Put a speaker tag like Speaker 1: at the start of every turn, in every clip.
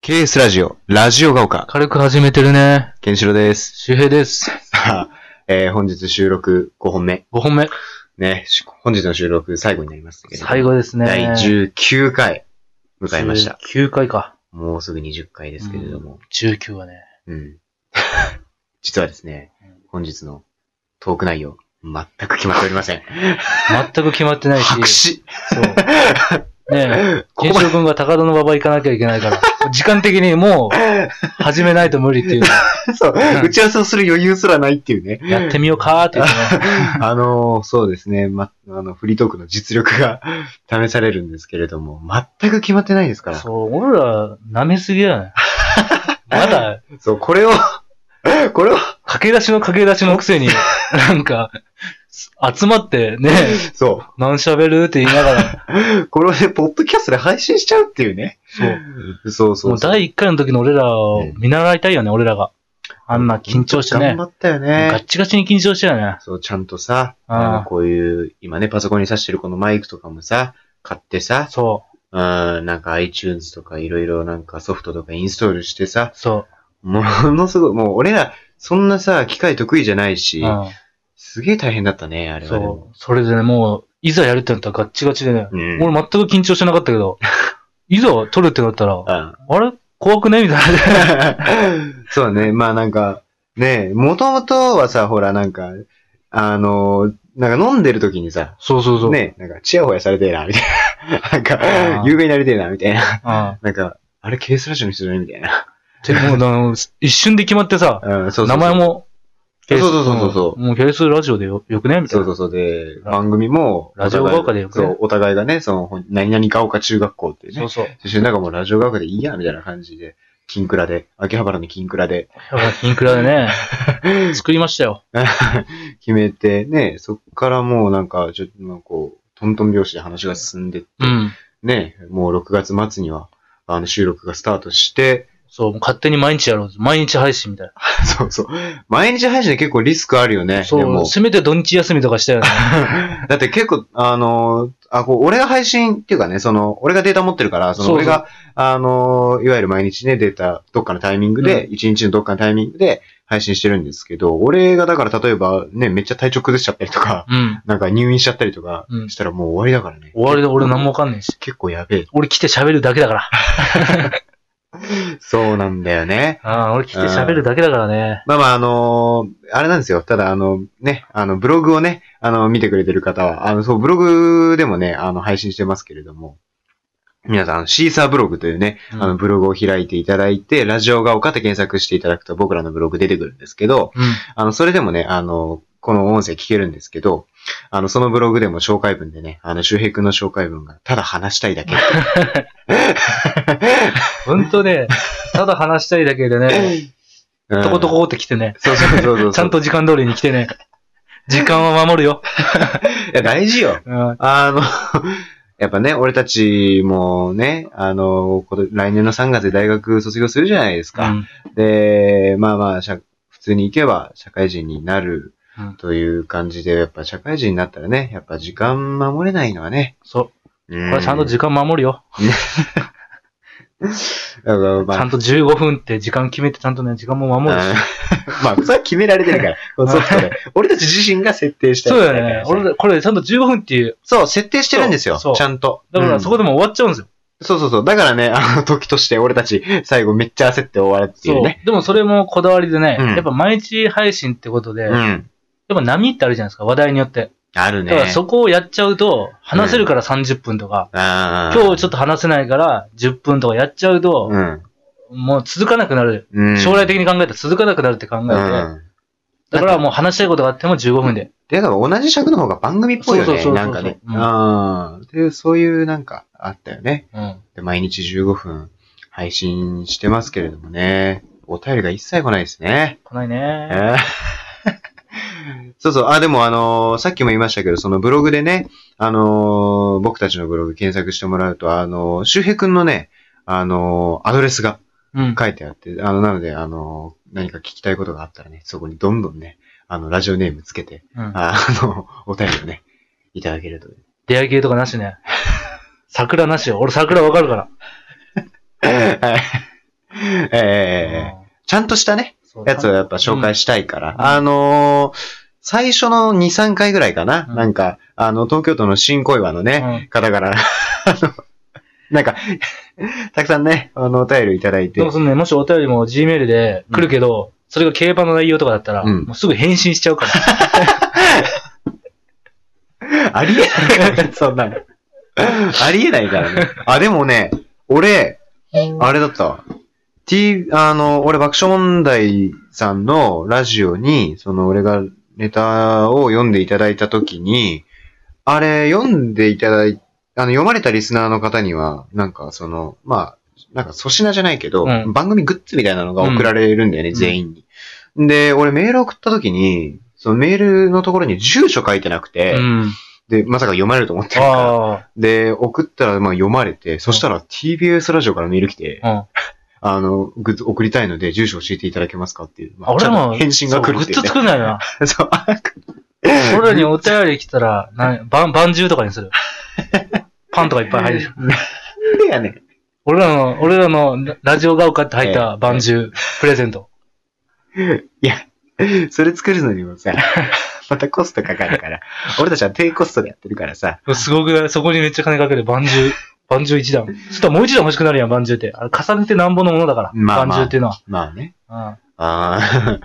Speaker 1: KS ラジオ、ラジオが丘、
Speaker 2: 軽く始めてるね。
Speaker 1: ケンシロウです。
Speaker 2: 周平です。
Speaker 1: さあ、 えー本日収録5本目。
Speaker 2: 5本目。
Speaker 1: ね、し本日の収録最後になりますけれども。
Speaker 2: 最後ですね。
Speaker 1: 第19回、迎えました。。
Speaker 2: 9回か。
Speaker 1: もうすぐ20回ですけれども。
Speaker 2: 19はね。
Speaker 1: うん。 実はですね、本日のトーク内容、全く決まっておりません。
Speaker 2: 全く決まってない
Speaker 1: 白
Speaker 2: し。
Speaker 1: 紙
Speaker 2: そう。ねえ、
Speaker 1: ここまで
Speaker 2: 健志郎君が高田の馬場行かなきゃいけな いから。時間的にもう、始めないと無理っていう。
Speaker 1: そう、打ち合わせをする余裕すらないっていうね。
Speaker 2: やってみようかーって言 ってね。
Speaker 1: あのーそうですね、ま、あの、フリートークの実力が 試されるんですけれども、全く決まってないですから。
Speaker 2: そう、俺ら、舐めすぎやね。まだ、
Speaker 1: そう、これを、 これを、
Speaker 2: 駆け出しの駆け出しのくせに、なんか、集まってね、
Speaker 1: そ
Speaker 2: 何喋るって言いながら、
Speaker 1: う、これをね、ポッドキャストで配信しちゃうっていうね。
Speaker 2: そう。
Speaker 1: そうそうそう。
Speaker 2: もう第1回の時の俺らを見習いたいよね、俺らが。あんな緊張してね。
Speaker 1: 頑張ったよ
Speaker 2: ガ
Speaker 1: ね
Speaker 2: ッ。チガチに緊張してたよね。
Speaker 1: そう、ちゃんとさ、
Speaker 2: うん
Speaker 1: あのこういう、今ね、パソコンに挿してるこのマイクとかもさ、買ってさ、
Speaker 2: そ
Speaker 1: うん、なんか iTunes とかいろいろなんかソフトとかインストールしてさ
Speaker 2: う、、そ。
Speaker 1: ものすごい、もう俺ら、そんなさ、機械得意じゃないうし、
Speaker 2: う
Speaker 1: すげえ大変だったね、あ
Speaker 2: ん。
Speaker 1: れはでも。
Speaker 2: そう。それでね、もう、いざやるってなったらガッチガチでね。
Speaker 1: うん。
Speaker 2: 俺全く緊張してなかったけど、 いざ撮るってなったら、
Speaker 1: うん
Speaker 2: あれ怖くねみたい な。
Speaker 1: そうね。まあなんか、ねえ、もともとはさ、ほらなんか、あの、なんか飲んでる時にさ、
Speaker 2: そうそうそう。
Speaker 1: ねえ、なんか、チヤホヤされてえな、みたいな。なんか
Speaker 2: あ、ー
Speaker 1: 有名になりてえな、みたいな。
Speaker 2: うん。っ
Speaker 1: なんか、あれ、ケースラジオの人じゃないみたいな。
Speaker 2: て、もうあの、一瞬で決まってさ、
Speaker 1: うん、そうそうそう
Speaker 2: 名前。も、
Speaker 1: そうそうそうそうそう
Speaker 2: うんもう、ケースラジオでよよくねみた
Speaker 1: そ
Speaker 2: い
Speaker 1: う
Speaker 2: な。
Speaker 1: そうそう。で、番組も、
Speaker 2: ラジオ
Speaker 1: お互い
Speaker 2: が丘でよく
Speaker 1: そ
Speaker 2: ね
Speaker 1: う、お互いがね、その、ほん何々が丘中学校っていう
Speaker 2: そ
Speaker 1: ね
Speaker 2: う。そう。
Speaker 1: そしてなんかもうラジオが丘でいいや、みたいな感じで、金蔵で、秋葉原の金蔵で、
Speaker 2: だから、インクラで ね、作りましたよ。
Speaker 1: 決めて、ね、そっからもうなんか、ちょっとなんかこう、トントン拍子で話が進んでって、
Speaker 2: うん。
Speaker 1: ね、もう6月末には、あの、収録がスタートして、
Speaker 2: そう、もう勝手に毎日やろう。毎日配信みたいな。
Speaker 1: そうそう。毎日配信で結構リスクあるよね。で
Speaker 2: そう、
Speaker 1: も
Speaker 2: せめて土日休みとかした よね。
Speaker 1: だって結構、あのーあ、こう、俺が配信っていうかね、その、俺がデータ持ってるから、その、
Speaker 2: そうそう
Speaker 1: 俺が、あのーいわゆる毎日ね、データ、どっかのタイミングで、一日のどっかのタイミングで配信してるんですけど、俺がだから例えば、ね、めっちゃ体調崩しちゃったりとか、
Speaker 2: うん。
Speaker 1: なんか入院しちゃったりとか
Speaker 2: うん
Speaker 1: したらもう終わりだからね。
Speaker 2: 終わりで俺何もわかんないし。
Speaker 1: 結構やべえ。
Speaker 2: 俺来て喋るだけだから。
Speaker 1: そうなんだよね。
Speaker 2: ああ、俺来て喋るだけだからね。
Speaker 1: まあまあ、あのーあれなんですよ。ただ、あの、ね、あの、ブログをね、あの、見てくれてる方は、あの、そう、ブログでもね、あの、配信してますけれども、皆さん、あのシーサーブログというね、
Speaker 2: う
Speaker 1: あの、
Speaker 2: ん。
Speaker 1: ブログを開いていただいて、ラジオが丘って検索していただくと僕らのブログ出てくるんですけど、あの、それでもね、あの、この音声聞けるんですけど、あの、そのブログでも紹介文でね、あの、周平くんの紹介文が、ただ話したい だけ。
Speaker 2: ほんとね、ただ話したいだけでね、
Speaker 1: うん
Speaker 2: とことこって来てね。
Speaker 1: そうそうそうそうそう。
Speaker 2: ちゃんと時間通りに来てね。時間は守るよ。
Speaker 1: いや、大事よ。
Speaker 2: うん。
Speaker 1: あの、 やっぱね、俺たちもね、あの、今年来年の3月で大学卒業するじゃないです
Speaker 2: う
Speaker 1: か。
Speaker 2: ん
Speaker 1: で、まあまあ、社普通に行けば社会人になる
Speaker 2: うん
Speaker 1: という感じで、やっぱ社会人になったらね、やっぱ時間守れないのはね。
Speaker 2: そう。
Speaker 1: う
Speaker 2: これちゃんと時間守るよ。
Speaker 1: だからま
Speaker 2: ち
Speaker 1: あ
Speaker 2: ゃんと15分って時間決めて、ちゃんとね、時間も守るし。
Speaker 1: まあ、それは決められてる から、このソフトで。俺たち自身が設定して
Speaker 2: そ
Speaker 1: る
Speaker 2: う
Speaker 1: から
Speaker 2: だよね
Speaker 1: ね。。
Speaker 2: 俺、これちゃんと15分っていう。
Speaker 1: そう、設定してるんですよ
Speaker 2: そうそ。う
Speaker 1: ちゃんと。
Speaker 2: だか
Speaker 1: う
Speaker 2: ら
Speaker 1: ん
Speaker 2: そこでもう終わっちゃうんですよ。
Speaker 1: そうそうそう。だからね、あの時として俺たち最後めっちゃ焦って終わるってい
Speaker 2: そうう。
Speaker 1: ね。
Speaker 2: でもそれもこだわりでね、
Speaker 1: うん
Speaker 2: やっぱ毎日配信ってことで、
Speaker 1: うん。
Speaker 2: やっぱ波ってあるじゃないですか、話題によって。
Speaker 1: ある
Speaker 2: だ
Speaker 1: ね。
Speaker 2: からそこをやっちゃうと、話せるから30分とか、
Speaker 1: あ
Speaker 2: 今日ちょっ
Speaker 1: と、
Speaker 2: と話せないから10分とかやっちゃうと、
Speaker 1: うん
Speaker 2: もう続かなくなる。
Speaker 1: うん
Speaker 2: 将来的に考えたら続かなくなるって考えて、
Speaker 1: うん
Speaker 2: だからもう話したいことがあっても15分で。
Speaker 1: で、だから同じ尺の方が番組っぽいよ
Speaker 2: そうそ
Speaker 1: ね。
Speaker 2: うそうそう
Speaker 1: なんかね。
Speaker 2: うん
Speaker 1: ああ。で、そういうなんかあったよね。
Speaker 2: うん。
Speaker 1: で、毎日15分配信してますけれどもね。お便りが一切来ないですね。
Speaker 2: 来ない
Speaker 1: え
Speaker 2: ね。
Speaker 1: ーそうそう。あ、でもあのーさっきも言いましたけど、そのブログでね、あのー僕たちのブログ検索してもらうと、あのー周平くんのね、あのーアドレスが
Speaker 2: うん。
Speaker 1: 書いてあって、あの、なので、あの、何か聞きたいことがあったらね、そこにどんどんね、あの、ラジオネームつけて、
Speaker 2: うん
Speaker 1: ああの、お便りをね、いただけると。
Speaker 2: 出会い系とか なしね。桜なしよ。俺桜わかるから。
Speaker 1: はい。ええちゃんとしたね、
Speaker 2: そう
Speaker 1: やつをやっぱ紹介したいから。
Speaker 2: ん
Speaker 1: あのー最初の2、3回ぐらいかな、
Speaker 2: うん
Speaker 1: なんか、あの、東京都の新小岩のね、
Speaker 2: うん
Speaker 1: 方から、あ のなんか、たくさんね、あの、お便りいただいて
Speaker 2: でも、そのね、もしお便りも G メールで来るけど、それが競馬の内容とかだったら、
Speaker 1: うん
Speaker 2: もうすぐ返信しちゃうから。
Speaker 1: ありえないから、そんなの。ありえないからね。あ、でもね、俺、あれだったわ。T、あの、俺爆笑問題さんのラジオに、その俺がネタを読んでいただいたときに、あれ読んでいただい、あの、読まれたリスナーの方には、なんかその、まあ、なんか粗品じゃないけど、
Speaker 2: うん
Speaker 1: 番組グッズみたいなのが送られるんだよね、
Speaker 2: うん
Speaker 1: 全員に。で、俺メール送ったときに、そのメールのところに住所書いてなくて、
Speaker 2: うん。
Speaker 1: で、まさか読まれると思ってるから。
Speaker 2: あ
Speaker 1: で、送ったらまあ読まれて、そしたら TBS ラジオからメール来て、
Speaker 2: あ。うん。
Speaker 1: あの、グッズ送りたいので、住所教えていただけますかっていう。まあ
Speaker 2: あ俺ら
Speaker 1: ちゃん
Speaker 2: も、
Speaker 1: と返信が来る
Speaker 2: そ
Speaker 1: っ
Speaker 2: う
Speaker 1: て
Speaker 2: グッ
Speaker 1: いう、ね。
Speaker 2: ズ作んないな。
Speaker 1: そう、
Speaker 2: 俺らにお便り来たら、なんばん、ばんじゅうとかにする。パンとかいっぱい入る。
Speaker 1: でやねん。
Speaker 2: 俺らの、俺らのララジオが丘って入ったばんじゅう、プレゼント。
Speaker 1: いや、それ作るのにもさ、 またコストかかるから。俺たちは低コストでやってるからさ。
Speaker 2: すごくないそこにめっちゃ金かける、ばんじゅう。ばんじゅう一段。そしたらもう一段欲しくなるやん、ばんじゅうって。あれ重ねてなんぼのものだから。
Speaker 1: まあまあ
Speaker 2: ばんじゅうっていうのは。
Speaker 1: まあね。
Speaker 2: うん
Speaker 1: ああ、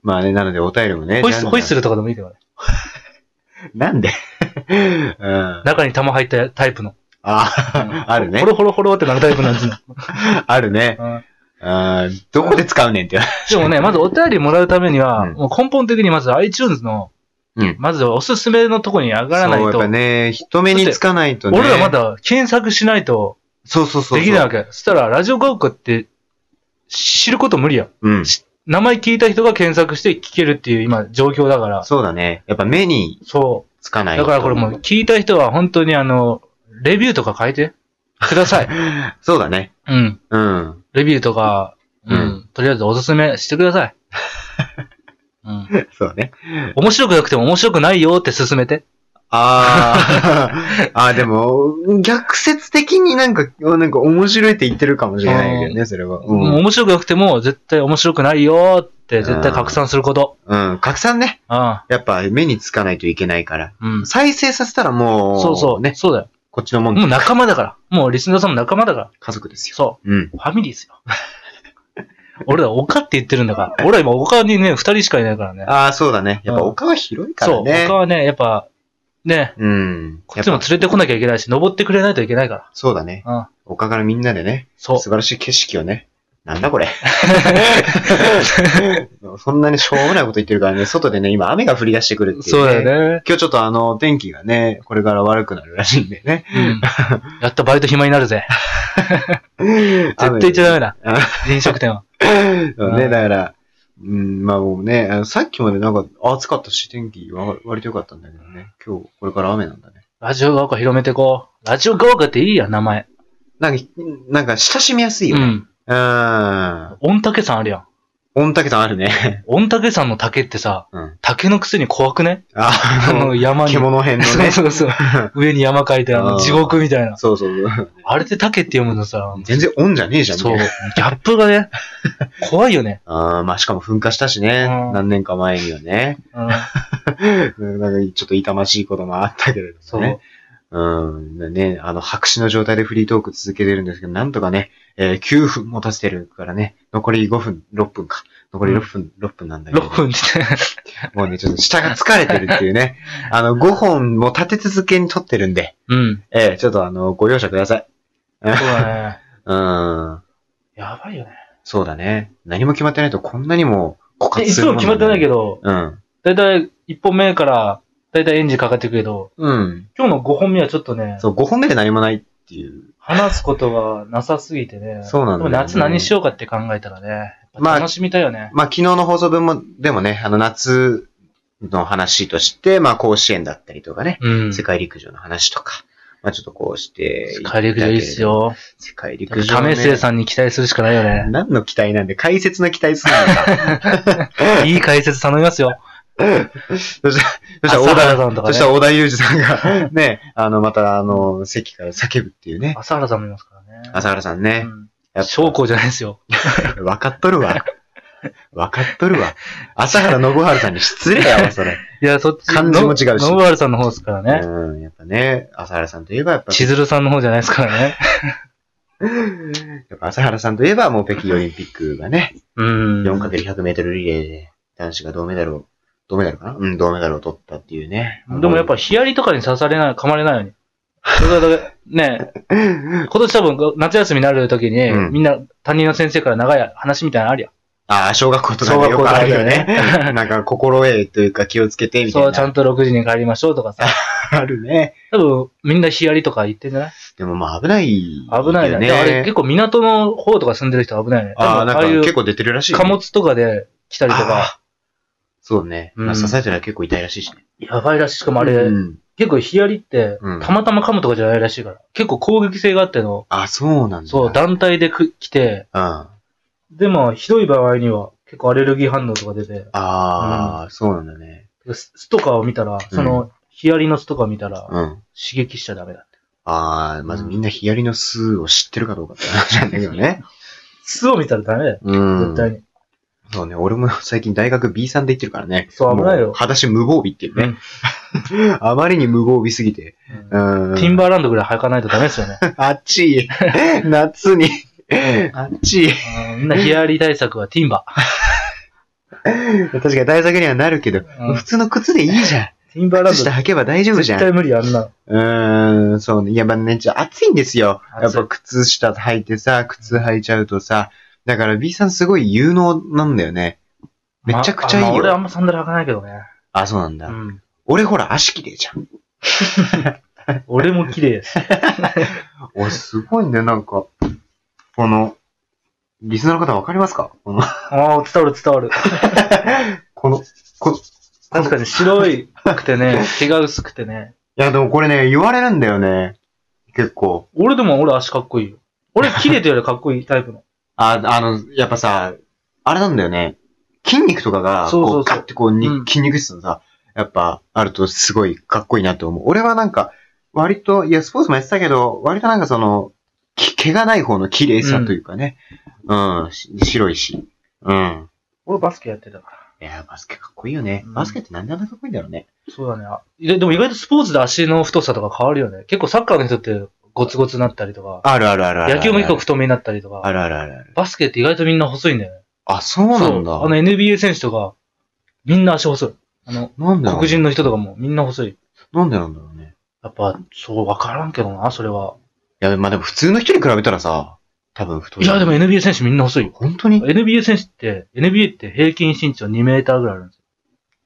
Speaker 1: まあね、なのでお便りもね。
Speaker 2: ホイッス
Speaker 1: じゃん
Speaker 2: ホイッスルとかでもいいけどね。
Speaker 1: なんで うん。
Speaker 2: 中に玉入ったタイプの。
Speaker 1: あ、あるね
Speaker 2: ホ。ロホロホロってなるタイプなんで すよ。
Speaker 1: あるね。
Speaker 2: うん
Speaker 1: あーどこで使うねん って。
Speaker 2: でもね、まずお便りもらうためには、
Speaker 1: うん
Speaker 2: もう根本的にまず iTunes の、
Speaker 1: うん
Speaker 2: まずおすすめのとこに上がらない
Speaker 1: そう、やっ
Speaker 2: と、
Speaker 1: ぱね、人目につかないとね。
Speaker 2: 俺らま、だ検索しないと
Speaker 1: そうそうそうそう。
Speaker 2: できないわけ。そしたら、ラジオ学科って知ること無理やん。
Speaker 1: うん。
Speaker 2: 名前聞いた人が検索して聞けるっていう今状況だから。
Speaker 1: そうだね。やっぱ目に
Speaker 2: そ
Speaker 1: つかな
Speaker 2: う。
Speaker 1: い。
Speaker 2: だからこれもう。聞いた人は本当にあの、レビューとか書いてく ださい。
Speaker 1: そうだね。
Speaker 2: うん。
Speaker 1: うん。
Speaker 2: レビューとか、うん。
Speaker 1: うん
Speaker 2: とりあえずおすすめしてくださ い。うん。
Speaker 1: そうね。
Speaker 2: 面白くなくても面白くないよって勧めて。
Speaker 1: あー あー、でも、逆説的になんか、なんか面白いって言ってるかもしれないけどね、それは。う。
Speaker 2: もうん面白くなくても絶対面白くないよって絶対拡散すること。
Speaker 1: うん。拡散ね。
Speaker 2: あ
Speaker 1: やっぱ目につかないといけないから。
Speaker 2: あうん。
Speaker 1: 再生させたらもう、
Speaker 2: そうそう。
Speaker 1: ね。
Speaker 2: そうだよ。
Speaker 1: こっちのもん
Speaker 2: もう仲間だから。もうリスナーさんも仲間だから。
Speaker 1: 家族ですよ。
Speaker 2: そ
Speaker 1: うん。
Speaker 2: う。ファミリーですよ。 俺ら丘って言ってるんだから。俺ら今丘にね、二人しかいないからね。
Speaker 1: ああ、そうだね。やっぱ丘は広いか
Speaker 2: そ
Speaker 1: ら
Speaker 2: う。
Speaker 1: ね。
Speaker 2: 丘はね、やっぱ、ね、
Speaker 1: うん。
Speaker 2: こっちも
Speaker 1: や
Speaker 2: 連
Speaker 1: ぱ
Speaker 2: れてこなきゃいけないし、登ってくれないといけないか
Speaker 1: そうだね。
Speaker 2: ら。うん。
Speaker 1: 丘からみんなでね、
Speaker 2: そう
Speaker 1: 素。晴らしい景色をね。なんだこ れ。 そんなにしょうもないこと言ってるからね、外でね、今雨が降り出してくるっていう、
Speaker 2: そうだよね。
Speaker 1: 今日ちょっとあの、天気がね、これから悪くなるらしいんでね。
Speaker 2: うん。やっとバイト暇になるぜ。
Speaker 1: 絶
Speaker 2: 絶対行っちゃダメだ。
Speaker 1: 雨で
Speaker 2: 飲食店は。
Speaker 1: そうね、だから、うん、まあもうね、あのさっきまでなんか暑かったし、天気は割と良かったんだけどね。今日、これから雨なんだね。
Speaker 2: ラジオが丘広めてこう。ラジオが丘っていいやん、名前。
Speaker 1: なんか、なんか親しみやすいよ
Speaker 2: う
Speaker 1: ね。
Speaker 2: ん。
Speaker 1: うん。ん。
Speaker 2: 御嶽山あるやん。
Speaker 1: 御嶽山あるね。
Speaker 2: 御嶽山の竹ってさ、
Speaker 1: うん。
Speaker 2: 竹のくせに怖く ね
Speaker 1: あ
Speaker 2: あの山に。
Speaker 1: 獣編の
Speaker 2: そう
Speaker 1: ね。
Speaker 2: そうそう。 上に山書いて、あ
Speaker 1: う
Speaker 2: の
Speaker 1: ん
Speaker 2: 地獄みたいな。
Speaker 1: そうそうそう。
Speaker 2: あれって竹って読むのさ、
Speaker 1: 全然オンじゃねえじゃん。
Speaker 2: そう。
Speaker 1: み
Speaker 2: ギ
Speaker 1: たいな
Speaker 2: ャップ がね、怖いよね。
Speaker 1: あーまあしかも噴火したしね
Speaker 2: う。ん
Speaker 1: 何年か前にはね。
Speaker 2: うん。
Speaker 1: なんかちょっと痛ましいこともあったけれど
Speaker 2: そ
Speaker 1: もね
Speaker 2: う。。
Speaker 1: うん。ね、あの、白紙の状態でフリートーク続けてるんですけど、なんとかね、えー9分持たせてるからね、残り5分、6分か。残り6分、6分なんだけど。
Speaker 2: 6分ってね。
Speaker 1: もうね、ちょっと下が疲れてるっていう ね。あの、5本も立て続けに撮ってるんで、
Speaker 2: うん。
Speaker 1: えーちょっとあの、ご容赦ください。
Speaker 2: そうだね。
Speaker 1: うん。
Speaker 2: やばいよね。
Speaker 1: そうだね。何も決まってないとこんなにも枯渇
Speaker 2: でい
Speaker 1: す
Speaker 2: つ
Speaker 1: る
Speaker 2: も決まってないけ
Speaker 1: ど。う
Speaker 2: ど、
Speaker 1: ん。
Speaker 2: だいたい1本目から、だいたいエンジンかかってくけど、
Speaker 1: うん。
Speaker 2: 今日の5本目はちょっとね、
Speaker 1: そう、5本目で何もないっていう。
Speaker 2: 話すことがなさすぎてね。
Speaker 1: そうなんだよね
Speaker 2: でも夏何しようかって考えたらね。
Speaker 1: まあ
Speaker 2: 楽しみたいよね。
Speaker 1: まあ、昨日の放送分も、でもね、あの、夏の話として、まあ、甲子園だったりとかね、
Speaker 2: うん
Speaker 1: 世界陸上の話とか、まあ、ちょっとこうして。
Speaker 2: 世界陸上いいっす。よ。
Speaker 1: 世界陸上、
Speaker 2: 為
Speaker 1: ね。
Speaker 2: 末さんに期待するしかないよね。
Speaker 1: 何の期待なんで、解説の期待するのか。
Speaker 2: いい解説頼みますよ。
Speaker 1: そしたら、そしたら、
Speaker 2: 朝
Speaker 1: 小
Speaker 2: 原
Speaker 1: 田、
Speaker 2: さんと
Speaker 1: そ
Speaker 2: かね
Speaker 1: した。ら小田裕二さんが、ね、あの、また、あの、席から叫ぶっていうね。
Speaker 2: 朝原さんもいますからね。
Speaker 1: 朝原さんね。
Speaker 2: うん
Speaker 1: やっぱ
Speaker 2: 将校じゃないですよ。
Speaker 1: わかっとるわ。わかっとるわ。朝原信春さんに失礼やわ、それ。
Speaker 2: いや、そっち、
Speaker 1: 漢字も違うし
Speaker 2: ノノブアルさんの方ですからね。
Speaker 1: うん、やっぱね、朝原さんといえばやっぱ、
Speaker 2: 千鶴さんの方じゃないですからね。
Speaker 1: やっぱ朝原さんといえばもう北京オリンピックがね、
Speaker 2: うん。
Speaker 1: 4×100 メートルリレーで男子が銅メダルを、銅メダルかなうん、銅メダルを取ったっていうね。
Speaker 2: でもやっぱヒアリとかに刺されない、噛まれないように。それがね、 今年多分夏休みになる時に、
Speaker 1: うん
Speaker 2: みんな担任の先生から長い話みたいなのあるやん。
Speaker 1: ああ、小学校とかでよくあるよね。
Speaker 2: 小学校とかでね
Speaker 1: なんか、心得というか気をつけてみたい
Speaker 2: そ
Speaker 1: な。
Speaker 2: う、ちゃんと6時に帰りましょうとかさ。
Speaker 1: あるね。
Speaker 2: 多分みんなヒアリとか言ってんじゃない
Speaker 1: でもまあ危ない、
Speaker 2: 危ない
Speaker 1: よ
Speaker 2: よ
Speaker 1: ね。
Speaker 2: ね。あれ結構港の方とか住んでる人は危ないよね。
Speaker 1: ああ、
Speaker 2: 多分
Speaker 1: なん
Speaker 2: あ
Speaker 1: か
Speaker 2: あいう
Speaker 1: 結構出てるらしいね。
Speaker 2: 貨物とかで来たりとか、
Speaker 1: あーそうね。まあ、
Speaker 2: うん
Speaker 1: 刺されたら結構痛いらしいしね。
Speaker 2: やばいらしい。しかもあれ、
Speaker 1: うん
Speaker 2: 結構ヒアリって
Speaker 1: うん、
Speaker 2: たまたま噛むとかじゃないらしいから。結構攻撃性があっての、
Speaker 1: あ、そうなんだ。
Speaker 2: そう、団体でく来て、
Speaker 1: うん。あ
Speaker 2: でも、ひどい場合には、結構アレルギー反応とか出て、
Speaker 1: あー、そうなんだね。
Speaker 2: 巣巣とかを見たら、その、ヒアリの巣とか見たら、
Speaker 1: うん。
Speaker 2: 刺激しちゃダメだって。
Speaker 1: ああ、まずみんなヒアリの巣を知ってるかどうかって話なんだけどね。
Speaker 2: 巣を見たらダメだよ。
Speaker 1: うん。
Speaker 2: 絶対に。
Speaker 1: そうね。俺も最近大学 B さんで行ってるからね。
Speaker 2: そう危ないよ
Speaker 1: も裸足無防備っていうね。 あまりに無防備すぎて。
Speaker 2: うん
Speaker 1: うん。
Speaker 2: ティンバーランドぐらい履かないとダメで すよね。
Speaker 1: あっち い。夏に。あっちい。
Speaker 2: うんみんなヒアリ対策はティンバー。
Speaker 1: 確かに対策にはなるけど、
Speaker 2: うん
Speaker 1: 普通の靴でいいじゃ
Speaker 2: ティンバー
Speaker 1: ん。
Speaker 2: ラン
Speaker 1: 靴
Speaker 2: ド
Speaker 1: 下履けば大丈夫じ
Speaker 2: 絶
Speaker 1: ゃん。
Speaker 2: 対無理あんな。
Speaker 1: うーん、そうね。いや、まあね、ちょ暑いんですよ。
Speaker 2: 暑い
Speaker 1: やっぱ靴下履いてさ、靴履いちゃうとさ。だから B さんすごい有能なんだよね。めちゃくちゃいい
Speaker 2: まあまあ
Speaker 1: よ。
Speaker 2: 俺あんまサンダル履かないけどね。
Speaker 1: あ、そうなんだ。
Speaker 2: うん。
Speaker 1: 俺ほら足綺麗じゃん。
Speaker 2: 俺も綺麗 です。
Speaker 1: お、すごいね、なんか。この、リスナーの方わかりますかこの、
Speaker 2: ああ、伝わる伝 わる。
Speaker 1: この、こ
Speaker 2: 確かに白いく てね、毛が薄くてね。
Speaker 1: いや、でもこれね、言われるんだよね。結構。
Speaker 2: 俺でも俺足かっこいいよ。俺綺麗というよりかっこいいタイプの。
Speaker 1: あ、あの、やっぱさ、あれなんだよね。筋肉とかが、
Speaker 2: そうそうそう
Speaker 1: こう、ガッてこうに、
Speaker 2: うん
Speaker 1: 筋肉質のさ、やっぱ、あるとすごいかっこいいなと思う。俺はなんか、割と、いや、スポーツもやってたけど、割となんかその、き毛がない方の綺麗さというかね。うん、し白いし。うん。
Speaker 2: 俺バスケやってたから。
Speaker 1: いや、バスケかっこいいよね。
Speaker 2: うん
Speaker 1: バスケってなんであんなかっこいいんだろうね。
Speaker 2: そうだねあ。ででも意外とスポーツで足の太さとか変わるよね。結構サッカーの人ってゴツゴツになったりとか、
Speaker 1: あるあるあるある。
Speaker 2: 野球も結構
Speaker 1: ある
Speaker 2: 太めになったりとか、
Speaker 1: あるあるある。
Speaker 2: バスケって意外とみんな細いんだよね。
Speaker 1: あ、そうなんだ。
Speaker 2: あの NBA 選手とか、みんな足細い。あの、
Speaker 1: なんだろう
Speaker 2: 黒人の人とかもみんな細い。
Speaker 1: なんでなんだろうね。
Speaker 2: やっぱ、そう、わからんけどな、それは。
Speaker 1: いや、まあでも普通の人に比べたらさ、多分太い。
Speaker 2: いや、でも NBA 選手みんな細いよ。
Speaker 1: 本当に
Speaker 2: NBA 選手って、NBA って平均身長2メーターぐらいあるんですよ。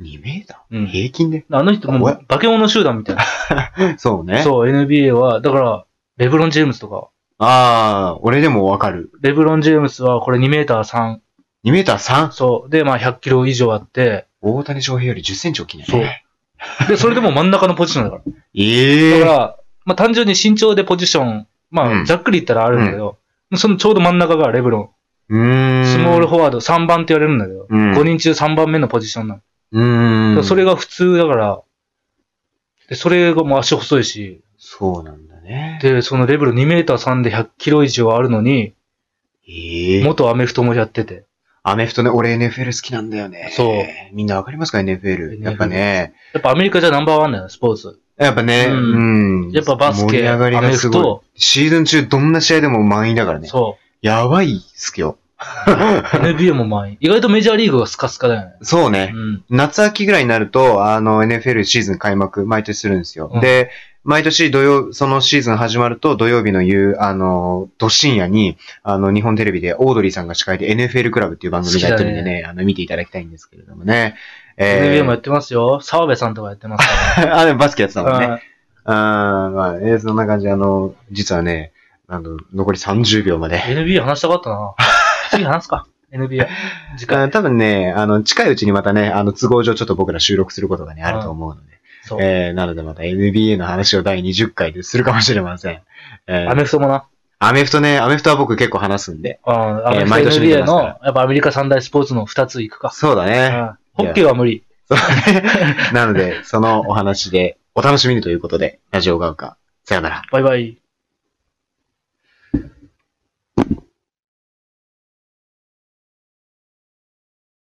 Speaker 1: 2メータ
Speaker 2: う
Speaker 1: ー
Speaker 2: ん。
Speaker 1: 平均で。
Speaker 2: あの人も
Speaker 1: お
Speaker 2: う化け物集団みたいな。
Speaker 1: そうね。
Speaker 2: そう、NBA は、だから、レブロン・ジェームスとか、
Speaker 1: ああ、俺でもわかる。
Speaker 2: レブロン・ジェームスはこれ2メーター
Speaker 1: 2メーター
Speaker 2: 3。
Speaker 1: 3。
Speaker 2: そう。で、まあ100キロ以上あって、
Speaker 1: 大谷翔平より10センチ大きいね。
Speaker 2: そうで、それでも真ん中のポジションだから。
Speaker 1: え
Speaker 2: だか
Speaker 1: え
Speaker 2: ら、まあ単純に身長でポジション、ま
Speaker 1: うん
Speaker 2: あざっくり言ったらあるんだけど、そのちょうど真ん中がレブロン。
Speaker 1: うーん。
Speaker 2: スモールフォワード3番って言われるんだけど、
Speaker 1: うん
Speaker 2: 5人中3番目のポジションなの。
Speaker 1: うー
Speaker 2: だか
Speaker 1: ん。
Speaker 2: らそれが普通だから、で、それがもう足細いし、
Speaker 1: そうなんだね。
Speaker 2: で、そのレベル2メーター3で100キロ以上あるのに、
Speaker 1: ええ
Speaker 2: 元アメフトもやってて。
Speaker 1: アメフトね、俺 NFL 好きなんだよね。
Speaker 2: そう。
Speaker 1: みんなわかりますか ?NFL。やっぱね。
Speaker 2: やっぱアメリカじゃナンバーワンだよね、スポーツ。
Speaker 1: やっぱね、
Speaker 2: う
Speaker 1: うん。
Speaker 2: やっぱバスケ
Speaker 1: 盛り上がりがす
Speaker 2: アメ
Speaker 1: ご
Speaker 2: フ
Speaker 1: い。シーズン中どんな試合でも満員だからね。
Speaker 2: そ
Speaker 1: やばいっすけど。
Speaker 2: う。NBA も満員。意外とメジャーリーグがスカスカだよね。
Speaker 1: そうね。
Speaker 2: うん。
Speaker 1: 夏秋ぐらいになると、あの、NFL シーズン開幕、毎年するんですよ。
Speaker 2: うん
Speaker 1: で、毎年土曜、そのシーズン始まると、土曜日の夕、あの、ど深夜に、あの、日本テレビでオードリーさんが司会で NFL クラブっていう番組がやってるんで
Speaker 2: 好き
Speaker 1: ね、あの、見ていただきたいんですけれどもね。え
Speaker 2: NBA もや
Speaker 1: ー、
Speaker 2: ってますよ。澤部さんとかやってます か
Speaker 1: あ、でもバスケやってたもん
Speaker 2: ら。
Speaker 1: ね。
Speaker 2: うん
Speaker 1: あーまあ、えーそんな感じで、あの、実はね、あの、残り30秒まで。
Speaker 2: NBA 話したかったな。次話すか。NBA。時
Speaker 1: あー
Speaker 2: 間。
Speaker 1: 多分ね、あの、近いうちにまたね、あの、都合上ちょっと僕ら収録することがね、あると思うので。
Speaker 2: そう。
Speaker 1: えー、なのでまた NBA の話を第20回でするかもしれません。えー
Speaker 2: アメフトもな。
Speaker 1: アメフトね、アメフトは僕結構話すんで。
Speaker 2: うん、アメ
Speaker 1: えー
Speaker 2: フト
Speaker 1: 毎年見て
Speaker 2: NBA
Speaker 1: ます
Speaker 2: の、
Speaker 1: から
Speaker 2: やっぱアメリカ三大スポーツの二つ行くか。
Speaker 1: そうだ
Speaker 2: う
Speaker 1: ね。
Speaker 2: ん、ホッケーは無理。
Speaker 1: そうだねなので、そのお話でお楽しみにということで、ラジオが丘、さよなら。
Speaker 2: バイバイ。